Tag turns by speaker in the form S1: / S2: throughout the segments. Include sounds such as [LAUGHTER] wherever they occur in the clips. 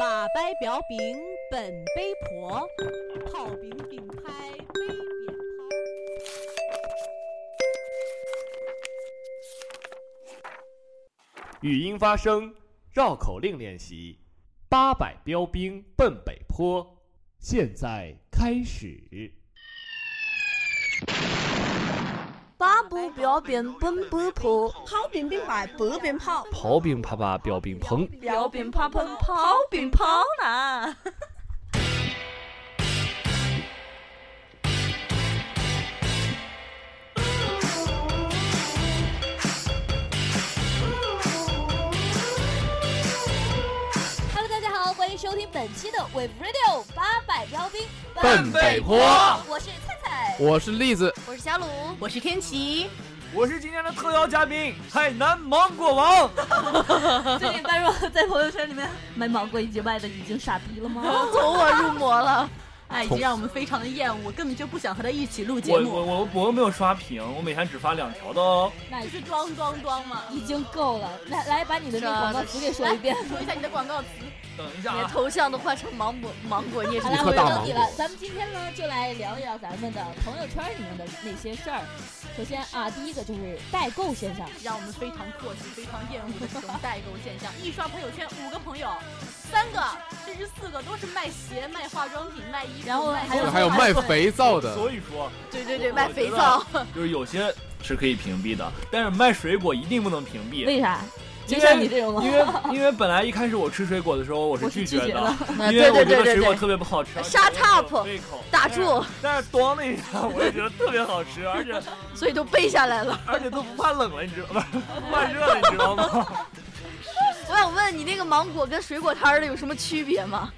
S1: 把掰瓢饼本杯婆，泡饼饼拍杯扁抛。
S2: 语音发声，绕口令练习。八百标兵奔北坡，现在开始。
S3: 八步表演奔波坡，
S4: 跑边边摆，白边跑，
S2: 刨冰啪啪，标兵砰。
S3: 表演跑奔跑边跑啦！
S5: Hello，大家好，欢迎收听本期的 Wave Radio 八百标兵
S6: 奔北坡
S5: 我是菜菜，
S6: 我是栗子，
S5: 我是小鲁，
S4: 我是天琪，
S7: 我是今天的特邀嘉宾，海南芒果王。
S3: 最
S1: [LAUGHS]
S3: 近般若在朋友圈里面卖芒果已经卖的已经傻逼了
S1: [LAUGHS]
S3: 吗？
S4: 从我入魔了，
S1: 哎，已经让我们非常的厌恶，根本就不想和他一起录节
S7: 我
S1: 目。
S7: 我我我又没有刷屏，我每天只发两条的哦。
S5: 那
S1: 就是装装装嘛，
S5: 已经够了。来来，把你
S4: 啊
S5: 的那个广告词给说一
S4: [LAUGHS]
S5: 遍。
S1: 说一下你的广告词。
S7: 等一下
S4: 连
S7: 啊，
S4: 头像都换成芒果芒果，你也是
S5: 好
S6: 一
S5: 了，
S6: 颗
S5: 我
S6: 大
S5: 等
S6: 芒
S5: 你
S6: 果
S5: 了。咱们今天呢，就来聊一聊咱们的朋友圈里面的那些事儿。首先啊，第一个就是代购现象，
S1: 让我们非常唾弃、非常厌恶的这种代购现象。一刷朋友圈，五个朋友，三个甚至四个都是卖鞋、卖化妆品、卖衣服，
S5: 然后
S1: 卖
S5: 还有
S6: 还有卖肥皂的，
S2: [LAUGHS]
S7: 所以说
S4: 对对对，
S7: 我
S4: 卖肥皂，
S7: 就是有些是可以屏蔽的，但是卖水果一定不能屏蔽。
S5: 为啥？
S7: 因
S5: 就
S7: 为
S5: 像你这种吗？
S7: 因为因为本来一开始我吃水果的时候我是
S1: 我是
S7: 拒绝
S1: 拒绝
S7: 的，
S4: 嗯
S7: 因
S4: 对
S7: 为我
S4: 对
S7: 觉
S4: 对
S7: 得
S4: 对
S7: 水果
S4: 对，
S7: 特别不好吃。而且
S4: Shut
S7: 我没有
S4: up
S7: 胃口
S4: 打住，
S7: 但是咣了一下，我就觉得特别好吃，而且
S4: [LAUGHS] 所以都背下来了。
S7: 而且都不怕冷了，你知道吗？ [LAUGHS] 不怕热了，你知道吗？
S4: 我想问你那个芒果跟水果摊儿的有什么区别吗？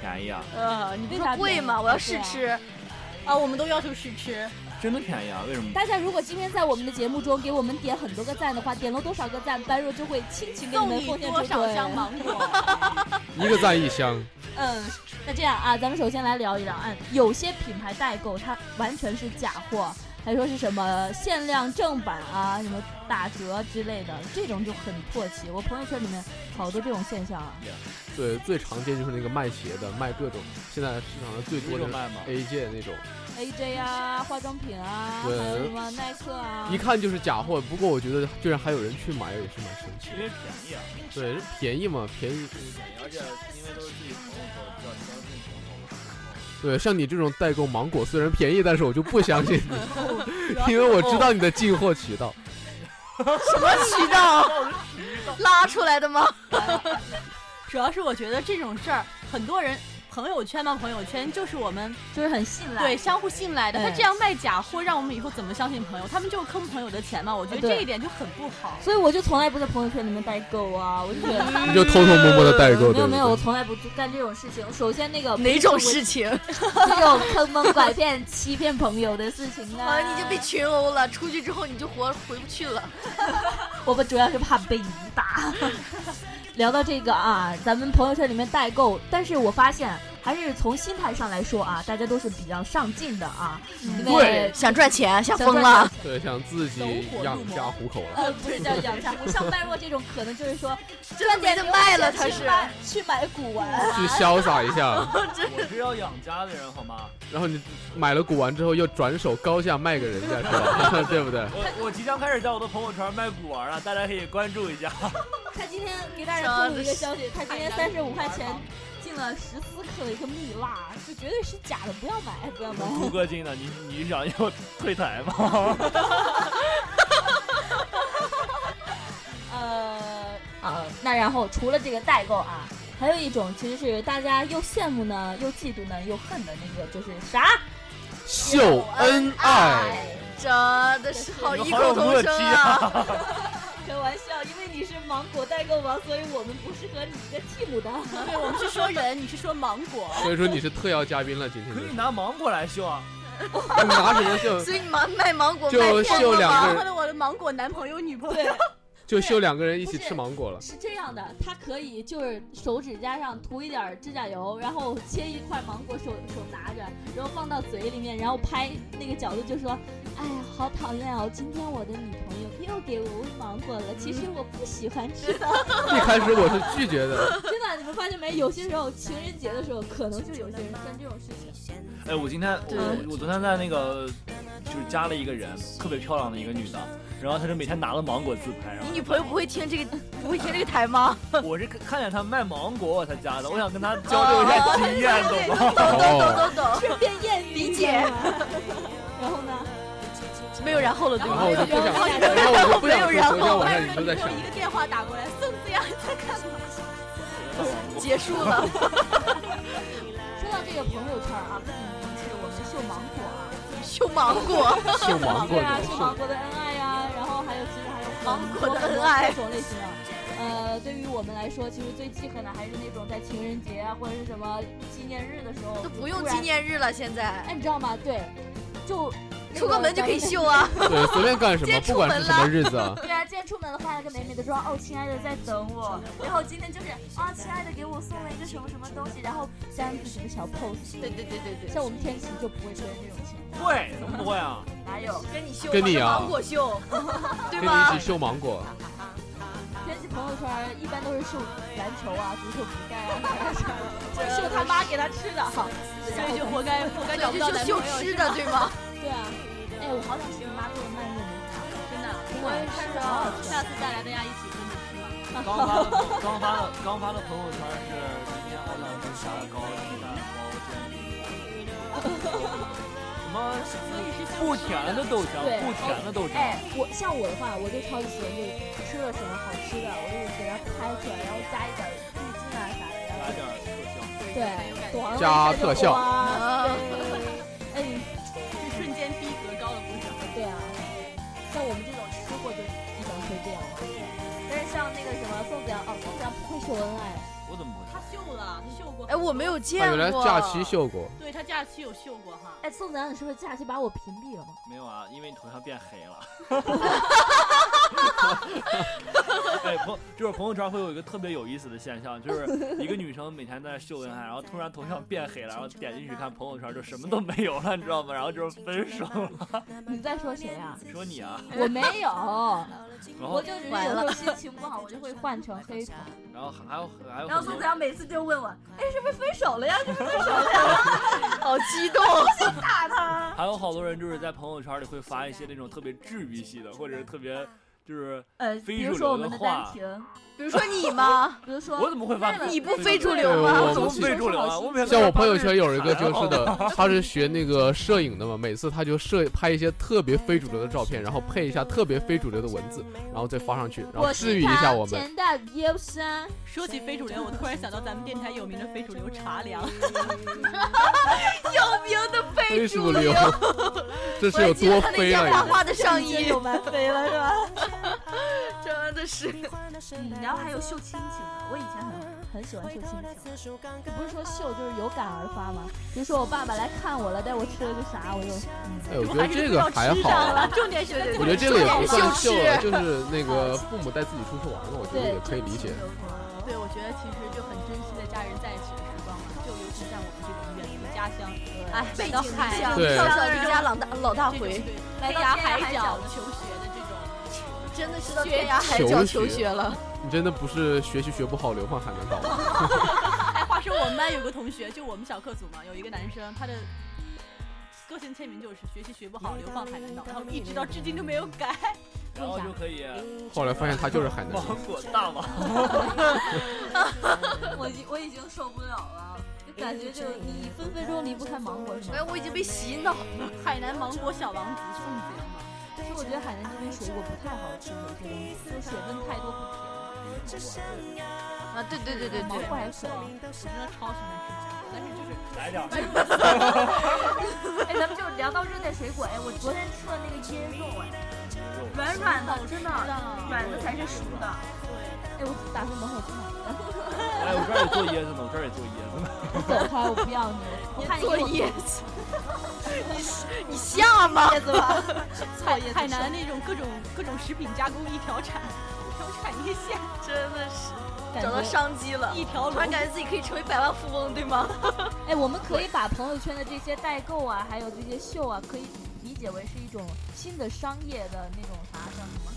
S7: 便宜啊，
S4: 呃，你不
S5: 为啥
S4: 说贵吗？
S5: 便宜
S4: 我要试吃，
S1: 啊，我们都要求试吃。
S7: 真的便宜啊？为什么？
S5: 大家如果今天在我们的节目中给我们点很多个赞的话，点了多少个赞，般若就会亲情给你
S1: 送
S5: 们
S1: 你
S5: 奉献
S1: 多
S5: 出
S1: 少
S5: 对
S1: 箱芒果？
S6: 一个赞一箱。
S5: 嗯，那这样啊，咱们首先来聊一聊，嗯，有些品牌代购它完全是假货，还说是什么限量正版啊，什么打折之类的，这种就很唾弃。我朋友圈里面好多这种现象啊，
S6: 对，最常见就是那个卖鞋的，卖各种，现在市场上最多
S7: 热
S6: 的
S7: 卖吗？
S6: A 界那种，
S5: AJ 啊，化妆品啊，还
S6: 对
S5: 有什么耐克啊
S6: 一，看就是假货。不过我觉得居然还有人去买，也是蛮神奇
S7: 因为便宜啊。
S6: 的。对，便宜嘛，便宜。
S7: 而且因为都是自己朋友做的，比较相信朋友。 [LAUGHS]
S6: 对，像你这种代购芒果虽然便宜，但是我就不相信你，
S5: 嗯 [LAUGHS]
S6: [LAUGHS] 因为我知道你的进货渠道。
S4: 什么渠道拉出来的吗？
S1: 啊 [LAUGHS] 主要是我觉得这种事儿，很多人朋友圈嘛，朋友圈就是我们
S5: 就是很信赖。
S1: 对，相互信赖
S4: 哎
S1: 的。他
S5: 嗯
S1: 这样卖假货，让我们以后怎么相信朋友？他们就坑朋友的钱嘛。我觉得
S5: 对
S1: 这一点就很不好。
S5: 所以我就从来不在朋友圈里面代购啊，我就觉得
S6: 你就偷偷摸摸的代购，
S5: 没
S6: 对
S5: 有
S6: 不
S5: 没有，我
S6: 对？
S5: 从来不干这种事情。首先那个
S4: 哪种事情？
S5: 这种坑蒙拐骗、欺骗朋友的事情呢？
S4: 啊，你就被群殴了，出去之后你就活回不去了。
S5: 我们主要是怕被雨打。 [LAUGHS] 聊到这个啊，咱们朋友圈里面代购，但是我发现还是从心态上来说啊，大家都是比较上进的啊，因为
S4: 想赚钱，
S5: 想
S4: 想
S5: 赚
S4: 嗯疯了。
S5: 钱
S6: 对，想自己养家糊口了。
S5: 呃，不是叫养家糊，像般若这种可能就是
S4: [LAUGHS]
S5: 说
S4: 真
S5: 赚
S4: 没
S5: 点
S4: 得
S5: 零
S4: 卖了
S5: 钱
S4: 他
S5: 去
S4: 是
S5: 买去买古玩，
S4: [LAUGHS]
S6: 去潇洒一下，
S7: 我是要养家的人，好吗？
S6: 然后你买了古玩之后又转手高价卖给人家，是吧？ [LAUGHS] 对不对？
S7: [LAUGHS] 我我即将开始在我的朋友圈卖古玩了，大家可以关注一下。
S5: 他今天给大家透露一个消息，他今天三十五块钱进了十四克的一个蜜蜡，这绝对是假的，不要买，不要买。
S7: 朱哥进的，你你想要退台吗？
S5: 呃啊，那然后除了这个代购啊，还有一种其实是大家又羡慕呢，又嫉妒呢，又恨的那个，就是啥？
S6: 秀恩爱，
S4: 真的是好异
S7: 你好
S4: 口
S7: 有
S4: 同
S7: 默契
S4: 声
S7: 啊
S4: 啊！
S5: 开玩笑，因为你是芒果代购王，所以我们不是和你一个 team 的。
S1: 对，我们是说人，你是说芒果。
S6: 所以说你是特邀嘉宾了，今
S7: [LAUGHS]
S6: 天
S5: [LAUGHS]
S7: 可
S6: 就
S7: 以
S6: 是
S7: 拿芒果来秀啊！
S6: 拿什么秀？
S4: 所以你忙卖芒果
S6: 就
S4: 卖
S6: 秀
S4: 骗了
S6: 两
S4: 吗？
S6: 个
S1: 我的我的芒果男朋友、女朋友，
S6: 就秀两个人一起
S5: 不是
S6: 吃芒果了。
S5: 是这样的，它可以就是手指甲上涂一点儿指甲油，然后切一块芒果手手拿着，然后放到嘴里面，然后拍那个角度就说：“哎呀，好讨厌哦！今天我的女朋友又给我芒果了，其实我不喜欢吃的。
S6: 一开始我是拒绝的，
S5: 真的，你们发现没？有些时候情人节的时候，可能就有些人干这种事情。
S7: 哎，我今天我我昨天在那个就是加了一个人，特别漂亮的一个女的，然后她就每天拿了芒果自拍，然
S4: 哎你
S7: 后
S4: 女朋友不会听这个，不会听这个台吗？
S7: 我是看见她卖芒果我才加的，我想跟她交流一下经验，懂吗？
S4: 懂
S7: [LAUGHS]
S4: 懂懂懂懂，
S5: 这变谚语
S4: 理
S5: 你知
S4: 解
S5: 道吗。然后呢？
S4: 没有然后了，对
S6: 然
S4: 吗？
S6: 后我就不想，
S5: 然
S6: [LAUGHS] 然后我就不想
S4: 没有然
S6: 说。
S4: 后
S6: 昨天晚
S1: 外
S6: 上
S1: 面
S6: 你
S1: 的女
S6: 就在
S1: 朋
S6: 想
S1: 友，一个电话打过来，宋子阳你在干嘛？
S4: 结束了。
S5: 说到这个朋友圈啊，不仅仅是我们秀芒果啊，
S4: 秀芒果，
S6: 秀芒果
S5: 对啊，
S6: 的，
S5: 秀
S6: 秀
S5: 芒果的恩爱呀、然后还有其实还有
S4: 芒果的
S5: 很多
S4: 恩爱
S5: 各种类型的。呃，对于我们来说，其实最记恨的还是那种在情人节啊或者是什么纪念日的时候，
S4: 都不用纪。念日了，现在
S5: 哎，你知道吗？对，就
S4: 出个门就可以。秀啊。
S6: 对，随便干什
S4: 今天
S6: 么，不
S4: 出
S6: 管
S4: 门
S6: 是什么日子啊，
S5: 对啊，今天出门了，化了个美美的妆，哦，亲爱的在等我。然后今天就是啊，亲爱的给我送了一个什么什么东西，然后三自己的小 pose。
S4: 对对对对对，
S5: 像我们天启就不会出现这种情况，
S7: 会怎么不会啊？
S5: 哪有？
S4: 跟你秀，
S6: 跟你啊
S4: 芒果秀，对
S6: 跟你一
S4: 吗
S6: 起？秀芒果，
S5: 天气朋友圈儿一般都是秀篮球啊、足球比赛啊，秀他妈给他吃的。 [LAUGHS] 好，
S1: 所以就活该活该找不到
S4: 就
S1: 男朋
S4: 秀
S1: 友。
S4: 吃的，对吗？
S5: 对啊，哎，我好想吃你妈做的慢热牛排。
S1: 真的，
S5: 我也
S1: 看
S5: 是啊
S1: 着下次再来大家一起跟着吃吧。
S7: 刚发的刚发的刚发的朋友圈是明天好想吃啥糕吃蛋糕煎饼， [LAUGHS] 什么
S1: 所以是
S7: 不甜的豆浆，
S5: 对
S7: 不甜的豆浆。
S5: 哎，我像我的话，我就超级喜欢，就是吃了什么好吃的，我就给它拍出来，然后加一点滤镜啊啥的，然
S7: 来
S5: 后
S7: 点儿特
S5: 对，躲上一
S6: 加
S5: 下就
S6: 特效
S5: 哇
S4: 啊
S5: 对，哎，
S1: 是瞬间逼格高的不是？
S5: 对啊，像我们这种吃过就一般会这样嘛。但是像那个什么宋子阳，哦，宋子阳不会秀恩爱。
S7: 效，我怎么不会？
S1: 他秀了，秀过。
S4: 哎，我没有见
S6: 他原来
S4: 过。
S6: 假期秀过，
S1: 对他假期有秀过哈。
S5: 哎，宋子阳，你是不是假期把我屏蔽了吗？
S7: 没有啊，因为你头像变黑了。哎，朋就是朋友圈会有一个特别有意思的现象，就是一个女生每天在那秀恩爱，然后突然头像变黑了，然后点进去看朋友圈就什么都没有了，你知道吗？然后就是分手 [LAUGHS] 了。
S5: 你在说谁啊？
S7: 说你啊，
S5: 我没有，
S7: 然
S5: [LAUGHS] 我
S7: 后
S5: 就只是有
S4: 完
S5: 时
S4: 了
S5: 候心情不好，我就会换成黑头。
S7: 然后还有还有
S5: 然后
S7: 很
S5: 宋
S7: 多
S5: 子阳每次就问我，哎，是不是分手了呀？就是
S4: 好激动，
S5: 打他。
S7: 还有好多人就是在朋友圈里会发一些那种特别治愈系的，或者是特
S5: 嗯
S7: 别就是
S5: 呃，
S7: 非
S5: 比如
S7: 主
S5: 说我
S7: 流
S5: 们
S7: 的
S5: 的
S7: 话
S5: 丹婷，
S4: 比如说你吗？
S5: 比如
S7: 我
S5: 说
S7: 怎么会发？
S4: 你不非主
S6: 对
S4: 流
S6: 我
S4: 吗？
S7: 我怎么
S6: 们
S7: 非主流啊？我每天
S6: 像我朋友圈有
S7: [LAUGHS]
S6: 一个就是的，他是学那个摄影的嘛，每次他就摄拍一些特别非主流的照片，然后配一下特别非主流的文字，然后再发上去，然后
S5: 我
S6: 治
S5: 是
S6: 愈一下我们。
S5: 前的忧
S1: [LAUGHS]
S5: 伤，
S1: 说起非主流，我突然想到咱们电台有名的非主流茶凉，
S4: 有名的非
S6: 非
S4: 主
S6: 主
S4: 流
S6: 流，，这
S4: 我
S6: 是
S4: 还
S6: 有
S4: 记得
S6: 多
S4: 他那
S6: 非
S4: 件花
S6: 啊！
S4: 花的上
S5: 瞬间
S4: 衣
S5: 有，完飞了是吧？
S1: [LAUGHS]
S4: 真的是。
S5: 嗯，然后还有秀亲情的，我以前很很喜欢秀亲情，就不是说秀，就是有感而发嘛。比如说我爸爸来看我了，带我吃了个啥，我就
S6: 哎，我觉
S1: 还
S6: 得
S1: 是不知
S6: 这个
S1: 道吃
S6: 还好
S1: 啥了。
S6: 啊，
S1: 重点是
S6: 我觉得这个也不算
S4: 秀
S6: 秀
S4: 吃
S6: 了，就是那个父母带自己出去玩了，我觉得也可以理
S5: [LAUGHS]
S6: 解。
S1: 对，我觉得其实就很珍惜的家人在一起的时光嘛，就尤其像我们这种远离家乡，哎，
S4: 背
S1: 来
S4: 井
S1: 到
S4: 离
S1: 海
S4: 乡，
S1: 上
S6: 对
S4: 少小离家老大老大
S1: 这种
S4: 回，
S1: 对
S5: 来
S1: 天涯
S5: 到天涯
S1: 海
S5: 海
S1: 角
S5: 角
S1: 求学的这种，
S4: 真的是到天涯海
S6: 求
S4: 角求
S6: 学
S4: 学了。
S6: 你真的不是学习学不好，流放海南岛吗？
S1: 哎，话说我们班有个同学，就我们小课组嘛，有一个男生，他的。个性签名就是学习学不好，流放海南岛，然后一直到至今都没有改。
S7: 然后就可以
S6: 后来发现他就是海南人。
S7: 芒果大王。
S5: [LAUGHS] 我已经我已经受不了了，就感觉就你分分钟离不开芒果是吗
S4: 哎，？我已经被洗脑了。
S1: 海南芒果小王子宋子阳嘛，
S5: 其实我觉得海南这边水果不太好吃，有些东西就水分太多不甜。
S4: 啊！对对对对
S5: 芒
S4: 对
S5: 果，还可以。
S1: 我真的超喜欢吃芒果，但是就是
S7: 来点儿，
S5: 哎，
S7: [LAUGHS]
S5: 咱们就聊到热带水果。哎，我昨天吃了那个椰肉，哎，软软的，真的，软的才是熟的。哎，我打算等会儿去买。
S7: 哎，我这儿也做椰子呢，我这儿也做椰子呢。
S5: 走开，我不要你。我看你
S4: 做
S5: 给我
S4: 椰子，你你像吗？
S5: 椰子吧。
S1: 海海南那种各种各种食品加工一条产，产业 [LAUGHS] 线，
S4: 真的是
S5: 感
S4: 找到
S5: 觉
S4: 商机了。
S1: 一条
S4: 突
S1: 龙
S4: 然。感觉自己可以成为百万富翁，对吗？
S5: 哎，我们可以把朋友圈的这些代购啊，还有这些秀啊，可以理解为是一种新的商业的那种啥叫什么？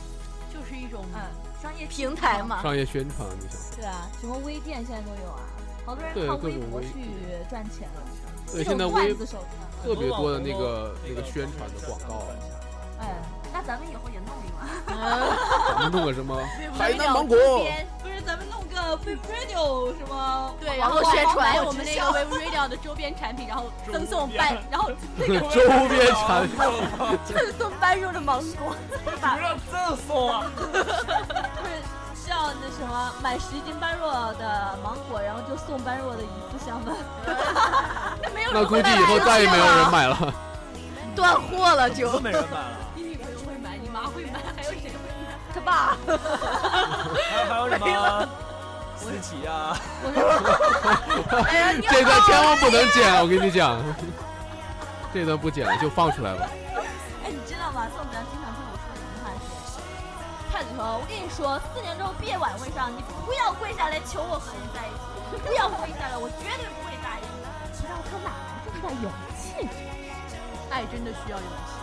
S1: 就是一种
S5: 嗯，商业
S4: 平台嘛，
S6: 商业宣传，你想，
S5: 对啊，什么微店现在都有啊，好多
S6: 对
S5: 人靠
S6: 各
S5: 微
S6: 种
S5: 博
S6: 微
S5: 去赚钱，
S6: 对，
S5: 这
S6: 现在
S5: 种
S6: 微
S5: 段子手段
S6: 特别多的那个那个宣传的广告，
S5: 啊。哎，那咱们以后也弄一个，
S6: 咱们弄个什么海南哎芒果，
S5: 哎不是咱们弄个 v radio 什么？
S1: 对，然
S4: 然
S1: 后
S4: 后宣传
S1: 我们那个 Wave Radio 的周边产品，然后赠送半，然后那个
S6: [LAUGHS] 周
S7: [LAUGHS]
S6: 边产品，
S1: 赠送半肉的芒果，
S7: 不要赠送啊！
S5: [LAUGHS] 就是叫那什么买十斤般若的芒果，然后就送般若的一次 [LAUGHS] 香氛。
S1: 没有
S6: 那
S1: 人
S6: 估
S1: 会
S6: 计以后再也没有人买了。
S4: 断货了就 [LAUGHS]
S7: 都没人买了，
S1: 你女朋友会买，你妈会买，还有谁会买？
S4: 他爸。
S7: 还有还有什么思琪啊？
S4: 哎呀，你
S6: 这段千万不能剪，我跟你讲，这段不剪了就放出来吧。
S5: 哎，你知道吗？宋子阳经常对我说一句话是：“菜子说，我跟你说，四年之后毕业晚会上，你不要跪下来求我和你在一起，不要跪下来，我绝对不会答应。”不知道他哪来这么大勇气？
S1: 爱真的需要勇气。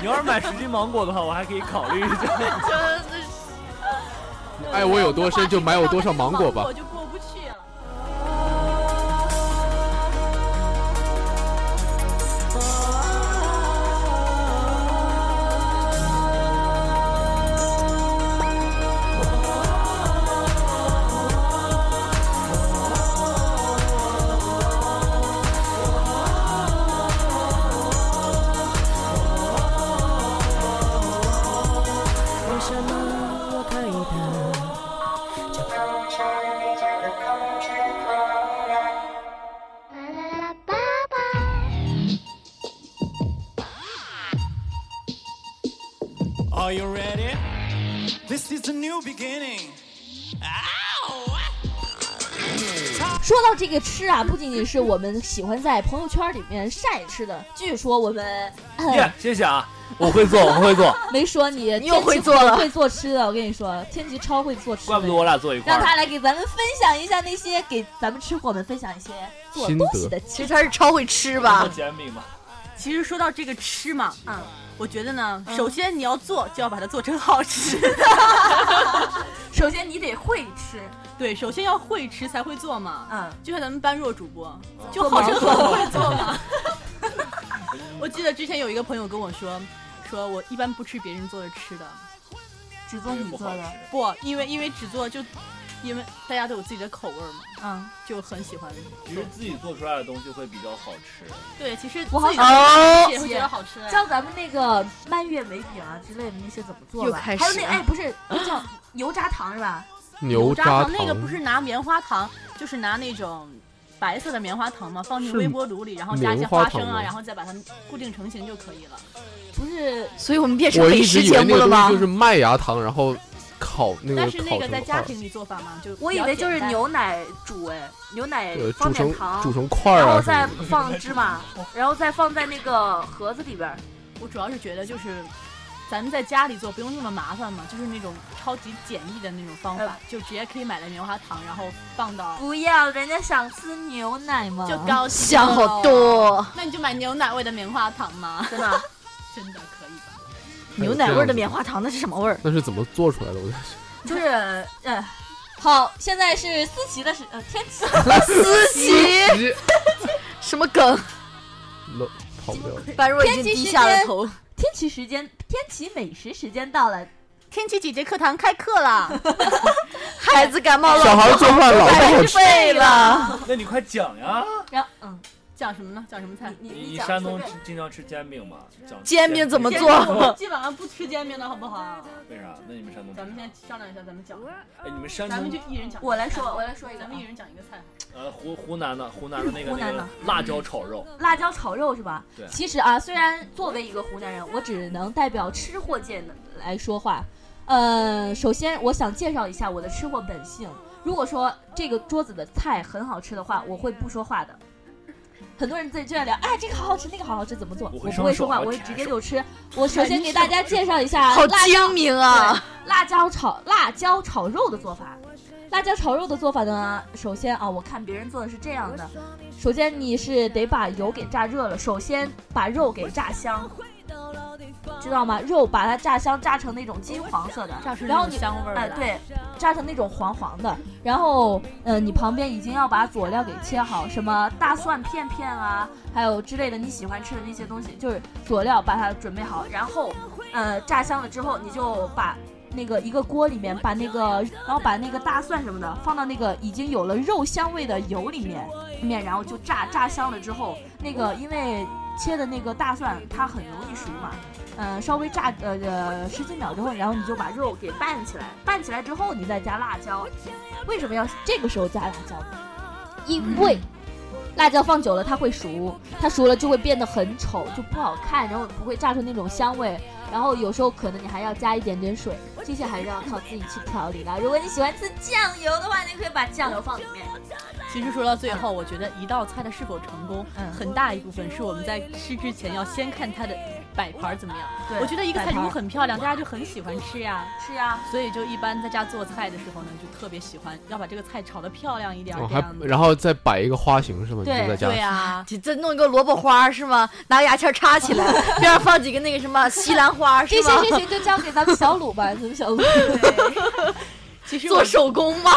S7: 你要是买十斤芒果的话，我还可以考虑一下。
S4: 真的是
S6: 爱哎我有多深，就买我多少芒果吧
S1: [LAUGHS] 我。就过不去了。
S8: 为什么我可以等？
S9: Are you ready? This is a new beginning. Ow!
S5: 说到这个吃啊，不仅仅是我们喜欢在朋友圈里面晒吃的，据说我们、
S7: 耶，谢谢啊，我会做，我会做，
S5: 没说你，
S4: 你又会做了
S5: 会做吃的。我跟你说，天琪超会做吃的，
S7: 怪不得我俩坐一块
S5: 让
S7: 儿。
S5: 他来给咱们分享一下那些给咱们吃货们分享一些做东西的
S4: 其
S5: 吃
S4: 实他是超会吃
S7: 做
S4: 吧？
S7: 煎饼吧，
S1: 其实说到这个吃嘛，嗯，我觉得呢，首先你要做，就要把它做成好吃。 [LAUGHS]
S3: 首先你得会吃，
S1: 对，首先要会吃才会做嘛。
S3: 嗯，
S1: 就像咱们般若主播，就号称很会哦做 [LAUGHS] 嘛。我记得之前有一个朋友跟我说，说我一般不吃别人做的吃的，
S3: 只做你
S7: 不
S3: 做
S7: 好
S3: 的，
S7: 吃。
S1: 不，因为因为只做就，因为大家都有自己的口味儿嘛，
S3: 嗯，
S1: 就很喜欢。
S7: 其实自己做出来的东西会比较好吃。
S1: 对，其实
S5: 我好
S1: 自己
S5: 想
S1: 的
S2: 啊
S1: 东西也
S3: 哦
S1: 会觉得好
S5: 嗯
S1: 吃。啊
S3: 教咱们那个蔓越莓饼啊之类的那些怎么做
S4: 又
S3: 吧。
S4: 开
S3: 还有
S4: 始
S3: 那
S4: 了
S3: 哎，不是那叫油炸糖是吧？
S6: 牛
S1: 炸
S6: 轧
S1: 那个不是拿棉花糖，就是拿那种。白色的棉花糖嘛，放进
S6: 是
S1: 微波炉里，然后加一些
S6: 棉
S1: 花
S6: 花糖
S1: 生
S6: 吗
S1: [LAUGHS] 啊，然后再把它们固定成型就可以了。
S5: 不是
S4: 所以我们变成
S6: 我
S4: 美
S6: 一直
S4: 食
S6: 以
S4: 节
S6: 为那
S4: 目
S6: 个
S4: 了
S6: 东
S4: 吗
S6: 西就？是麦芽糖，然后烤那个
S1: 但是那
S6: 烤
S1: 个
S6: 成
S1: 在
S6: 块
S1: 家
S6: 儿，
S1: 庭里做法嘛，就
S3: 我以为就是牛奶煮哎，牛奶
S6: 呃，
S3: 方便
S6: 煮成
S3: 糖
S6: 煮，成块儿
S3: 然
S6: 啊
S3: 后
S6: 什么
S3: 再
S6: 的。
S3: 放芝
S1: [LAUGHS]
S3: 麻，然后再放在那个盒子里边儿。
S1: 我主要是觉得就是，咱们在家里做不用那么麻烦嘛，就是那种超级简易的那种方法，
S3: 呃
S1: 就直接可以买来棉花糖，然后放到
S3: 不要，人家想吃牛奶嘛
S1: 就高级
S4: 想好多，
S1: 那你就买牛奶味的棉花糖嘛，
S3: 真
S6: [LAUGHS]
S3: 的，
S1: 真的可以吧？
S6: 还
S4: 牛
S6: 有
S4: 奶味儿
S6: 这样子
S4: 的棉花糖那是什么味儿？
S6: 那是怎么做出来的？我在想
S3: 就是呃，
S5: 好，现在是思琪的时呃天琪，
S4: 思琪
S1: [LAUGHS]
S4: 什么梗？
S6: 漏跑不了。
S4: 般若已经低下
S3: [LAUGHS]
S4: 了头。
S5: [LAUGHS] 天琪时间，天琪美食时间到了，
S1: 天琪姐姐课堂开课了，
S4: 孩子感冒了，
S6: 小孩做饭老不好
S4: 太
S6: 吃，
S3: [LAUGHS]
S4: 废了。
S7: 那你快讲呀！
S5: 然后嗯，
S1: 讲什么呢？讲什么菜？
S3: 你
S7: 你
S3: 你
S7: 你
S3: 讲
S7: 山
S3: 说
S7: 东
S3: 这
S7: 吃经常吃煎饼吗？讲
S4: 煎饼怎么
S1: 煎
S4: 做
S1: 饼我们基本上不吃煎饼的好不好？
S7: 为啥？那你们山东吃啥？
S1: 咱们先商量一下，咱们讲，
S7: 哎，你们山
S1: 咱们就
S7: 东
S1: 一人讲。
S3: 我来说，我，来说一个啊
S1: 咱，
S5: 嗯
S1: 们一人讲一个菜。
S7: 呃湖湖南的湖南的那个
S3: 湖
S7: 那
S3: 南
S7: 个
S3: 的
S7: 辣椒炒肉，
S3: 辣椒炒肉是吧？
S5: 其实啊，虽
S3: 虽
S5: 然
S3: 然作为一个湖南人，
S5: 我
S3: 我
S5: 只能代表吃
S3: 吃货界的
S5: 来说话，呃，首先我想介绍一下我的吃货本性。如果说这个桌子的菜很好吃的话，我会不说话的。很多人自己就在聊，哎，这个好好吃，那个好好吃，怎么做？
S7: 我
S5: 我
S7: 会
S5: 不会
S7: 上手
S5: 说话，
S7: 我
S5: 我会
S7: 插
S5: 直接
S7: 手
S5: 就吃。
S7: [LAUGHS]
S5: 我首先给大家介绍一下
S4: 好
S5: 辣椒
S4: 精明啊！
S5: 辣椒炒辣椒炒肉的做法。辣椒炒肉的做法呢，首先啊，我看别人做的是这样的：首先你是得把油给炸热了，首先把肉给炸香，知道吗？肉把它炸香，炸成那种金黄色的，
S1: 炸出
S5: 然后
S1: 那
S5: 你
S1: 种香味儿
S5: 哎
S1: 来，
S5: 对，炸成那种黄黄的。然后，呃，你旁边已经要把佐料给切好，什么大蒜片片啊，还有之类的你喜欢吃的那些东西，就是佐料把它准备好。然后，呃，炸香了之后，你就把那个一个锅里面把那个，然后把那个大蒜什么的放到那个已经有了肉香味的油里面，里面然后就炸，炸香了之后，那个因为切的那个大蒜它很容易熟嘛，嗯，稍微炸呃呃十几秒之后，然后你就把肉给拌起来，拌起来之后你再加辣椒。为什么要这个时候加辣椒呢？因为辣椒放久了它会熟，它熟了就会变得很丑，就不好看，然后不会炸出那种香味。然后有时候可能你还要加一点点水，这些还是要靠自己去调理啦。如果你喜欢吃酱油的话，你可以把酱油放里面。
S1: 其实说到最后，我觉得一道菜的是否成功，
S5: 嗯
S1: 很大一部分是我们在吃之前要先看它的摆盘儿怎么样。
S5: 对
S1: 我觉得一个
S5: 摆
S1: 菜如果
S5: 盘
S1: 很漂亮，大家就很喜欢吃呀。
S5: 是呀、
S1: 所以就一般在家做菜的时候呢，就特别喜欢要把这个菜炒得漂亮一点儿，
S6: 哦
S1: 这
S6: 还
S1: 样子。
S6: 然后再摆一个花形是吗？你
S5: 对
S6: 就在家
S1: 对
S5: [LAUGHS]
S1: 啊，
S4: 这这弄一个萝卜花是吗？拿个牙签插起来，边上放几个那个什么西兰花是
S5: 这些
S4: 吗？
S5: 事情就交给咱们小鲁吧，咱们小鲁。
S1: 其实我
S4: 做手工
S5: [LAUGHS]
S4: 吗？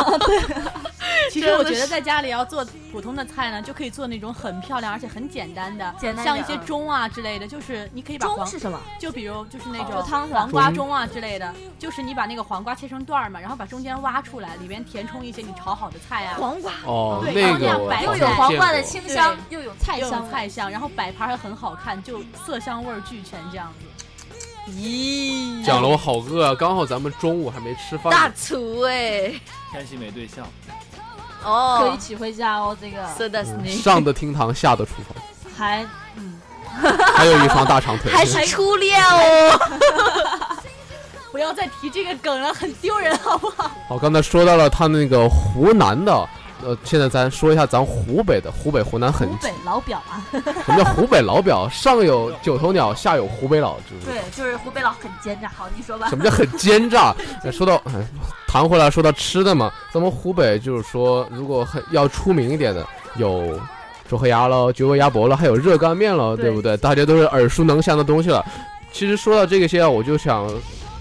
S1: 其实我觉得在家里要做普通的菜呢，就可以做那种很漂亮而且很简单的，
S5: 简单一
S1: 像
S5: 点
S1: 一些盅啊之类的，就是你可以把
S5: 中
S1: 黄
S5: 是什么？
S1: 就比如就是那
S5: 就
S1: 种
S5: 汤是吧
S1: 黄瓜盅啊之类的，就是你把那个黄瓜切成段儿嘛，然后把中间挖出来，里边填充一些你炒好的菜啊，
S4: 黄瓜，
S6: 哦，
S1: 对然后那
S6: 那个
S1: 样
S6: 我
S1: 摆
S6: 好
S1: 又
S6: 像
S1: 有
S6: 见过
S5: 清
S1: 香，
S5: 又有菜
S1: 又有
S5: 香，
S1: 菜香，然后摆盘儿很好看，就色香味儿俱全这样子。
S4: 咦，
S6: 讲了我好饿啊！刚好咱们中午还没吃饭呢，
S4: 大厨哎，
S7: 天气没对象，
S5: 可以
S4: 哦
S5: 娶回家哦。这个
S4: ，so that's
S6: 嗯
S4: me，
S6: 上的厅堂，下的厨房，
S5: 还
S6: 还有一双大长腿。
S4: 还是初恋哦，
S1: 不要再提这个梗了，很丢人，好不好？
S6: 好，刚才说到了他那个湖南的，呃，现在咱说一下咱湖北的，湖北湖南很
S5: 湖北老表啊，
S6: 什么叫湖北老表？上有九头鸟，下有湖北佬，知不知道？
S5: 对，就是湖北佬很奸诈。好，你说吧
S6: 什。么叫很奸诈？哎说到哎，谈回来说到吃的嘛，咱们湖北就是说，如果很要出名一点的，有周黑鸭喽、绝味鸭脖了，还有热干面喽，对不对？大家都是耳熟能详的东西了。其实说到这个些啊，我就想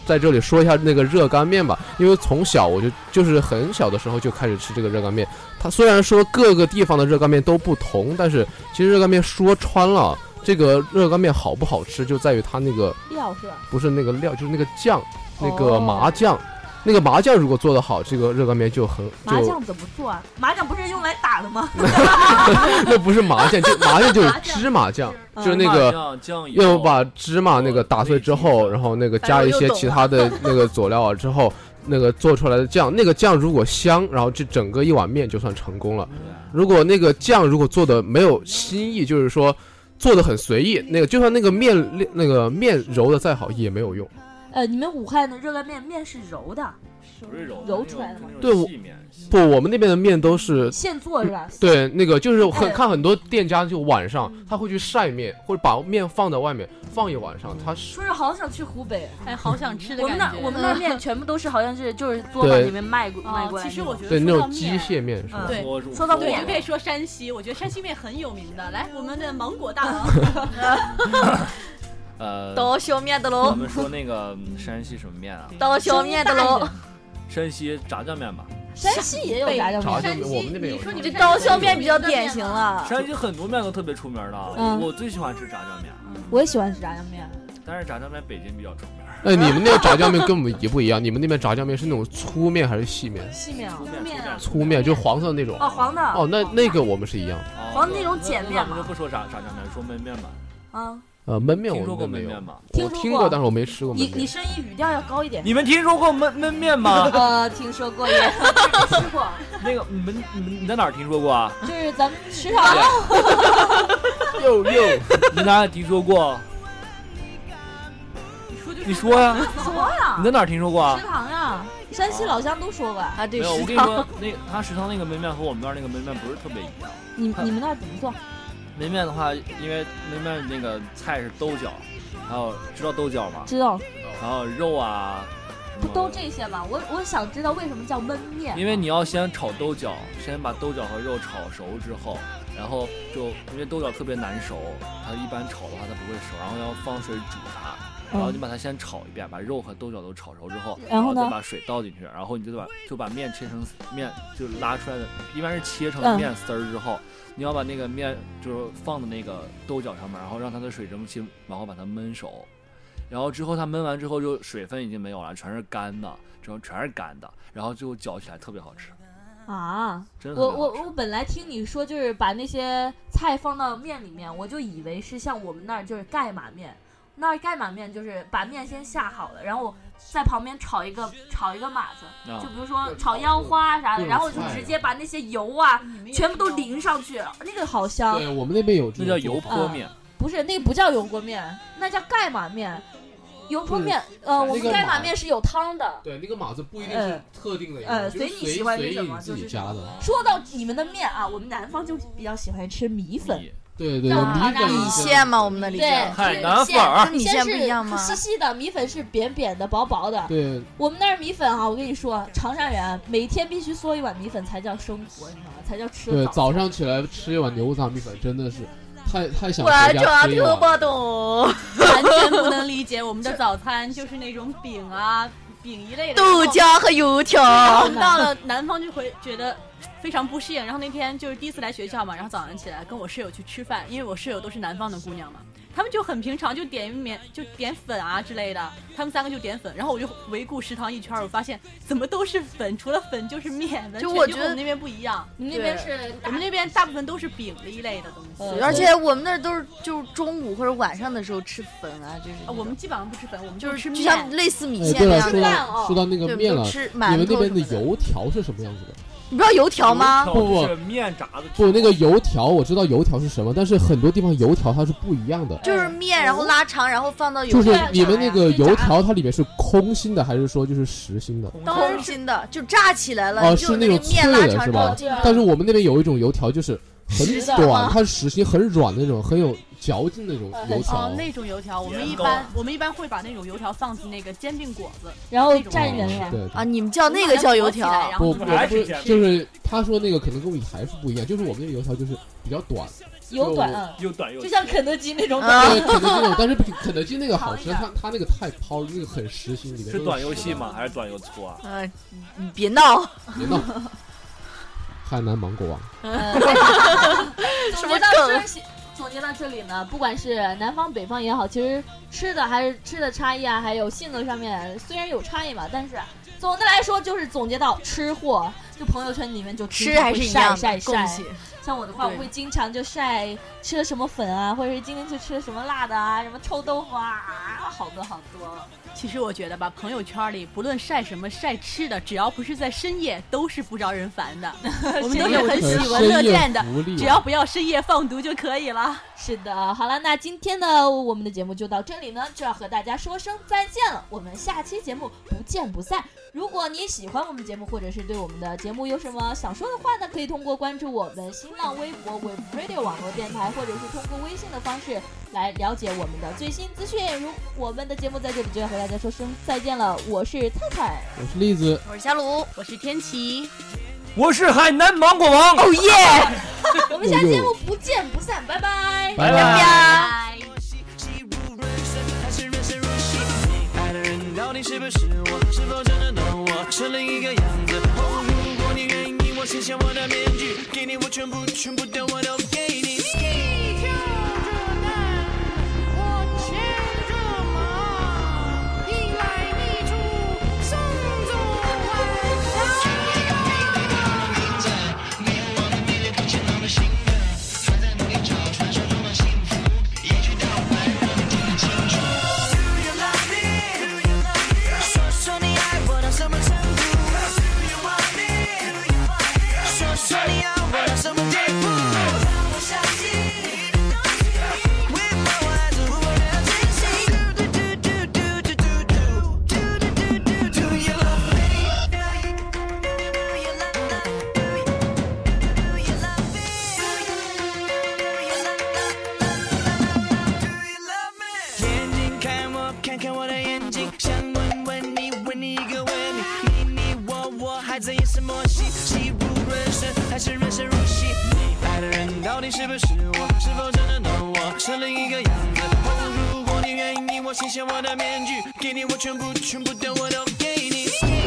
S6: 在这里说一下那个热干面吧，因为从小我就就是很小的时候就开始吃这个热干面。它虽然说各个地方的热干面都不同，但是其实热干面说穿了，这个热干面好不好吃就在于它那个
S5: 料是吧？哦
S6: 不是那个料，就是那个酱，那个麻酱，那个麻酱如果做得好，这个热干面就很
S5: 麻
S6: 就
S5: 将怎么做啊？麻将不是用来打的 [LAUGHS] 吗？
S6: 那不是麻酱，就麻酱就是芝麻酱，就是那个
S7: 个酱油
S6: 要把芝麻那个打碎之
S1: 哦
S6: 后，然后那个加一些其他的那个佐料啊之后。那个做出来的酱，那个酱如果香，然后这整个一碗面就算成功了。
S1: 嗯
S6: 如果那个酱如果做的没有新意，就是说做的很随意，那个就算那个面那个面揉的再好也没有用。
S5: 呃，你们武汉的热干面面是揉的，
S7: 不是揉
S5: 揉出来的吗？
S6: 对我
S7: 细面
S6: 不，我们那边的面都是
S5: 现做是吧？
S6: 对，那个就是很
S5: 哎
S6: 看很多店家就晚上
S1: 嗯
S6: 他会去晒面，或者把面放在外面放一晚上，他是
S5: 说是好想去湖北，
S1: 哎，好想吃的
S5: 我们
S1: 感
S5: 那
S1: 觉。
S5: 我们
S1: [LAUGHS]
S5: 那面全部都是好像是就是做到
S6: 对
S5: 里面卖过卖过
S1: 啊，其
S5: 来那
S1: 实
S5: 种。
S1: 我觉
S6: 对
S1: 得
S6: 那
S1: 说到
S6: 种机
S1: 面，嗯
S6: 械面是吧？
S5: 对
S7: 搓入
S5: 说到
S1: 对，
S5: 面
S1: 就可以说山西，我觉得山西面很有名的。来，我们的芒果大
S5: [LAUGHS]
S1: 王，
S7: 呃，
S4: 刀削面的
S7: 我
S4: 喽，
S7: 们说那个嗯山西什么面啊？
S4: 刀削面的喽，
S7: 山西炸酱面吧。
S5: 山西也有炸酱
S6: 炸
S5: 面，
S6: 酱
S1: 山西，
S6: 面我们那边有
S1: 哦你说你
S4: 这
S1: 们
S4: 刀
S1: 山西有
S4: 削面
S1: 名
S4: 比较
S1: 的
S4: 典型
S1: 吗。
S4: 了。
S7: 山西很多面都特别出名的啊，
S5: 啊嗯
S7: 我最喜欢吃炸酱面，
S5: 我也喜欢吃炸酱面。
S7: 但是炸酱面北京比较出名，
S6: 哎，你们那个炸酱面跟我们一不一样？你们那边炸酱面是那种粗面还是细面？
S5: 细面啊
S7: 粗，面
S1: 面啊
S6: 粗面就黄色那种。
S5: 哦，黄的。
S6: 哦，那那个我们是一样的。
S7: 哦
S5: 黄那种碱面
S7: 那那我们
S5: 嘛
S7: 就不说炸炸酱面，说焖面吧。
S5: 啊，
S6: 呃，焖面
S7: 听
S6: 我
S7: 说
S6: 们
S7: 过
S6: 没
S7: 焖
S6: 有
S7: 面，吗？
S6: 我
S5: 听说
S6: 听
S5: 过
S6: 过，但是我没吃过
S5: 你
S6: 焖
S5: 你
S6: 面。
S5: 声音语调要高一
S6: [LAUGHS]
S5: 点。？
S7: 你们听说过焖焖面吗
S5: [LAUGHS] 呃，听说过也吃过，
S6: 啊
S7: 那个你们你们你在哪儿听说过啊？
S5: 就是咱们食堂
S6: 又又，
S7: 你在哪儿听说过？
S1: 你说就
S7: 你说呀、
S5: 说呀
S7: 你，在哪儿听说过啊
S5: 食？堂呀，山西老乡都说过。
S4: 啊，对，
S7: 没有，我
S4: 食
S7: 跟你
S4: 堂
S6: 啊
S7: 说，那他食堂那个焖面和我们那儿那个焖面不是特别一样。
S5: 你你们那儿怎么做？
S7: 梅面的话，因为梅面那个菜是兜饺，然后知道兜饺吗？
S5: 知道
S7: 然后肉啊，
S5: 不
S7: 什么
S5: 都这些吗？我我想知道为什么叫焖面。
S7: 因为你要先炒豆角，先把豆角和肉炒熟之后，然后就因为豆角特别难熟，它一般炒的话它不会熟，然后要放水煮它，然后你把它先炒一遍，把肉和豆角都炒熟之后，
S5: 嗯然后呢
S7: 再把水倒进去，然后你就把就把面切成面就拉出来的，一般是切成
S5: 嗯
S7: 面丝儿之后，你要把那个面就是放到那个豆角上面，然后让它的水蒸气，然后把它焖熟。然后之后它焖完之后，就水分已经没有了，全是干的，全全是干的，然后最后嚼起来特别好吃，
S5: 啊，
S7: 真的
S5: 我
S7: 特别好吃
S5: 我我本来听你说就是把那些菜放到面里面，我就以为是像我们那儿就是盖码面，那儿盖码面就是把面先下好了，然后在旁边炒一个炒一个码子，
S7: 啊
S5: 就比如说炒腰花啊啥的，然后就直接把那些油啊
S1: 嗯
S5: 全部都淋上去，那个 [LAUGHS] 好香。
S6: 对我们那边有这
S7: 那
S6: 种
S7: 叫油
S6: 做法
S5: 啊
S7: 泼面，
S5: 不是，那个不叫油锅面，那叫盖码面。油泼面，呃，我
S6: 那
S5: 们
S6: 个
S5: 盖码
S6: 码
S5: 面是有汤的。
S6: 对，那个码子不一定
S5: 呃
S6: 是特定的一个，
S5: 呃
S6: 就
S5: 随
S6: 是
S5: 你
S6: 随
S5: 喜欢
S6: 随
S5: 是什
S6: 你
S5: 么
S6: 自
S5: 就
S6: 己
S5: 是
S6: 加的。
S5: 说到你们的面啊，我们南方就比较喜欢吃米粉，
S7: 米
S6: 对对对，
S5: 让大
S6: 米
S5: 家
S6: 粉
S4: 哦米
S6: 是
S4: 线嘛，我们那里
S5: 对
S4: 叫，
S7: 海
S5: 是
S7: 南
S5: 线
S7: 粉儿
S4: 跟米线不一样吗
S5: 细细的米粉是扁扁的、薄薄的。
S6: 对，
S5: 我们那儿米粉啊，我跟你说，长沙人每天必须嗦一碗米粉才叫生活，你知道吗？才叫吃
S6: 对，
S5: 早
S6: 早上起来吃一碗牛杂米粉，真的是太太想
S4: 我
S6: 回家
S4: 装
S6: 吃一碗
S4: 听不懂，
S1: 完全不能理解我
S5: [LAUGHS]
S1: 们的早餐就是那种饼啊、饼一类的。
S4: [LAUGHS] 豆浆和油条。
S1: 我们到了南方就会觉得非常不适应。然后那天就是第一次来学校嘛，然后早上起来跟我室友去吃饭，因为我室友都是南方的姑娘嘛，她们就很平常，就点一面就点粉啊之类的，她们三个就点粉，然后我就围顾食堂一圈儿，我发现怎么都是粉，除了粉就是面，完全
S4: 就
S1: 就
S4: 我觉
S1: 跟
S4: 得
S1: 我们那边不一样，
S5: 你们那边是
S1: 我们那边大部分都是饼一类的东西。
S5: 呃
S4: 而且我们那儿都是就是中午或者晚上的时候吃粉啊，就是
S1: 啊我们基本上不吃粉，我们
S4: 就
S1: 就是吃
S4: 就
S1: 面。
S4: 像类似米
S6: 哎，
S4: 线
S6: 对
S4: 那
S6: 了，
S4: 样
S6: 说
S4: 的，
S5: 哦
S6: 到说到那
S4: 对，
S6: 个
S4: 我们
S6: 面
S4: 就
S6: 哎了，
S4: 吃
S6: 你
S4: 馒
S6: 们那
S4: 头什
S6: 边
S4: 么
S6: 的
S4: 的。
S6: 油条是什么样子的？
S4: 你不知道油条吗？
S6: 不不
S7: 就是面炸的
S6: 不，那个油条我知道油条是什么，但是很多地方油条它是不一样的。
S4: 就是面，然后拉长，然后放到
S6: 哎哦就
S4: 油
S6: 是
S4: 条上
S6: 你们那
S4: 呀
S6: 个油条，它里面是空心的还是说就是实心的？
S4: 都是空心的，就炸起来了，
S6: 哦
S4: 你就是
S6: 那
S4: 个
S6: 种
S4: 面
S6: 脆
S4: 拉
S6: 的
S4: 长
S6: 是
S4: 之后
S6: 吧
S4: 进去
S6: 但是我们那边有一种油条，就是很
S4: 实心啊的吗
S6: 短，它是实心很软的那种，很有嚼劲的那种油
S1: 哦
S4: 啊
S6: 条，。
S1: 那种油条，我们
S7: 盐
S1: 一
S7: 糕
S1: 般我们一般会把那种油条放进那个煎饼果子，
S5: 然后
S1: 那种
S5: 蘸着
S6: 对
S5: 吃。
S6: 对
S4: 啊，你们叫那个叫油条，
S1: 然
S6: 不
S1: 后
S6: 不
S1: 就
S7: 我
S1: 把
S7: 们还
S1: 它
S7: 是
S6: 不
S7: 这样
S6: 就是他说那个可能跟我们还是不一样，就是我们那个油条就是比较短，
S5: 油短，嗯
S7: 又短又
S5: 就像肯德基那种短。
S4: 啊
S6: [LAUGHS] 对肯德基那种，但是比肯德基那个好吃，
S5: 长一
S6: 它它那个太抛了，那个很实心，里面
S7: 是
S6: 都
S7: 短
S6: 是
S7: 又
S6: 实
S7: 细
S6: 的？
S7: 吗？还是短又粗啊？
S4: 嗯，你别闹，
S6: 别闹，海南芒果王，
S4: [LAUGHS]
S5: 嗯
S4: 什
S5: 总
S4: 么
S5: 结到
S4: 梗
S5: 这些，总结到这里呢，不管是南方北方也好，其实吃的还是吃的差异啊，还有性格上面虽然有差异嘛，但是总的来说就是总结到吃货，就朋友圈里面就经
S4: 吃
S5: 常
S4: 还
S5: 会
S4: 是一
S5: 晒
S4: 样
S5: 晒
S4: 的，
S5: 晒
S4: 恭。喜。
S5: 像我的话，我
S1: 对
S5: 会经常就晒吃了什么粉啊，或者是今天去吃了什么辣的啊，什么臭豆腐啊，啊好多好多。
S1: 其实我觉得吧，朋友圈里不论晒什么晒吃的，只要不是在深夜，都是不招人烦的。我们都是很喜闻乐
S6: 呃深夜
S1: 见的，
S6: 福利啊
S1: 只要不要深夜放毒就可以了。
S5: 是的，好了，那今天呢，我们的节目就到这里呢，就要和大家说声再见了。我们下期节目不见不散。如果你喜欢我们节目，或者是对我们的节目有什么想说的话呢，可以通过关注我们新浪微博 w e Radio 网络电台，或者是通过微信的方式来了解我们的最新资讯。如我们的节目在这里就要和大家说声再见了，我是探探。
S6: 我是栗子，
S4: 我是夏鲁，
S1: 我是天琪，
S7: 我是海南芒果王，
S4: 哦耶，
S5: 我们下期节目不见不散，拜拜。
S1: 哎
S6: 拜
S4: 喵
S6: 拜。
S4: 喵。
S9: 爱的人到底是不是我？是否真的懂我？是另一个样子。哦，如果你愿意，我卸下我的面具，给你我全部，全部的我都给你。
S10: 你就这难，我牵着马，迎来你出送走晚安。
S9: 说说你爱我到什么程度？说说你要我到什么地步？让我到底是不是我？是否真的懂我是另一个样子？哦，如果你愿意，我卸下我的面具，给你我全部，全部的我都给你。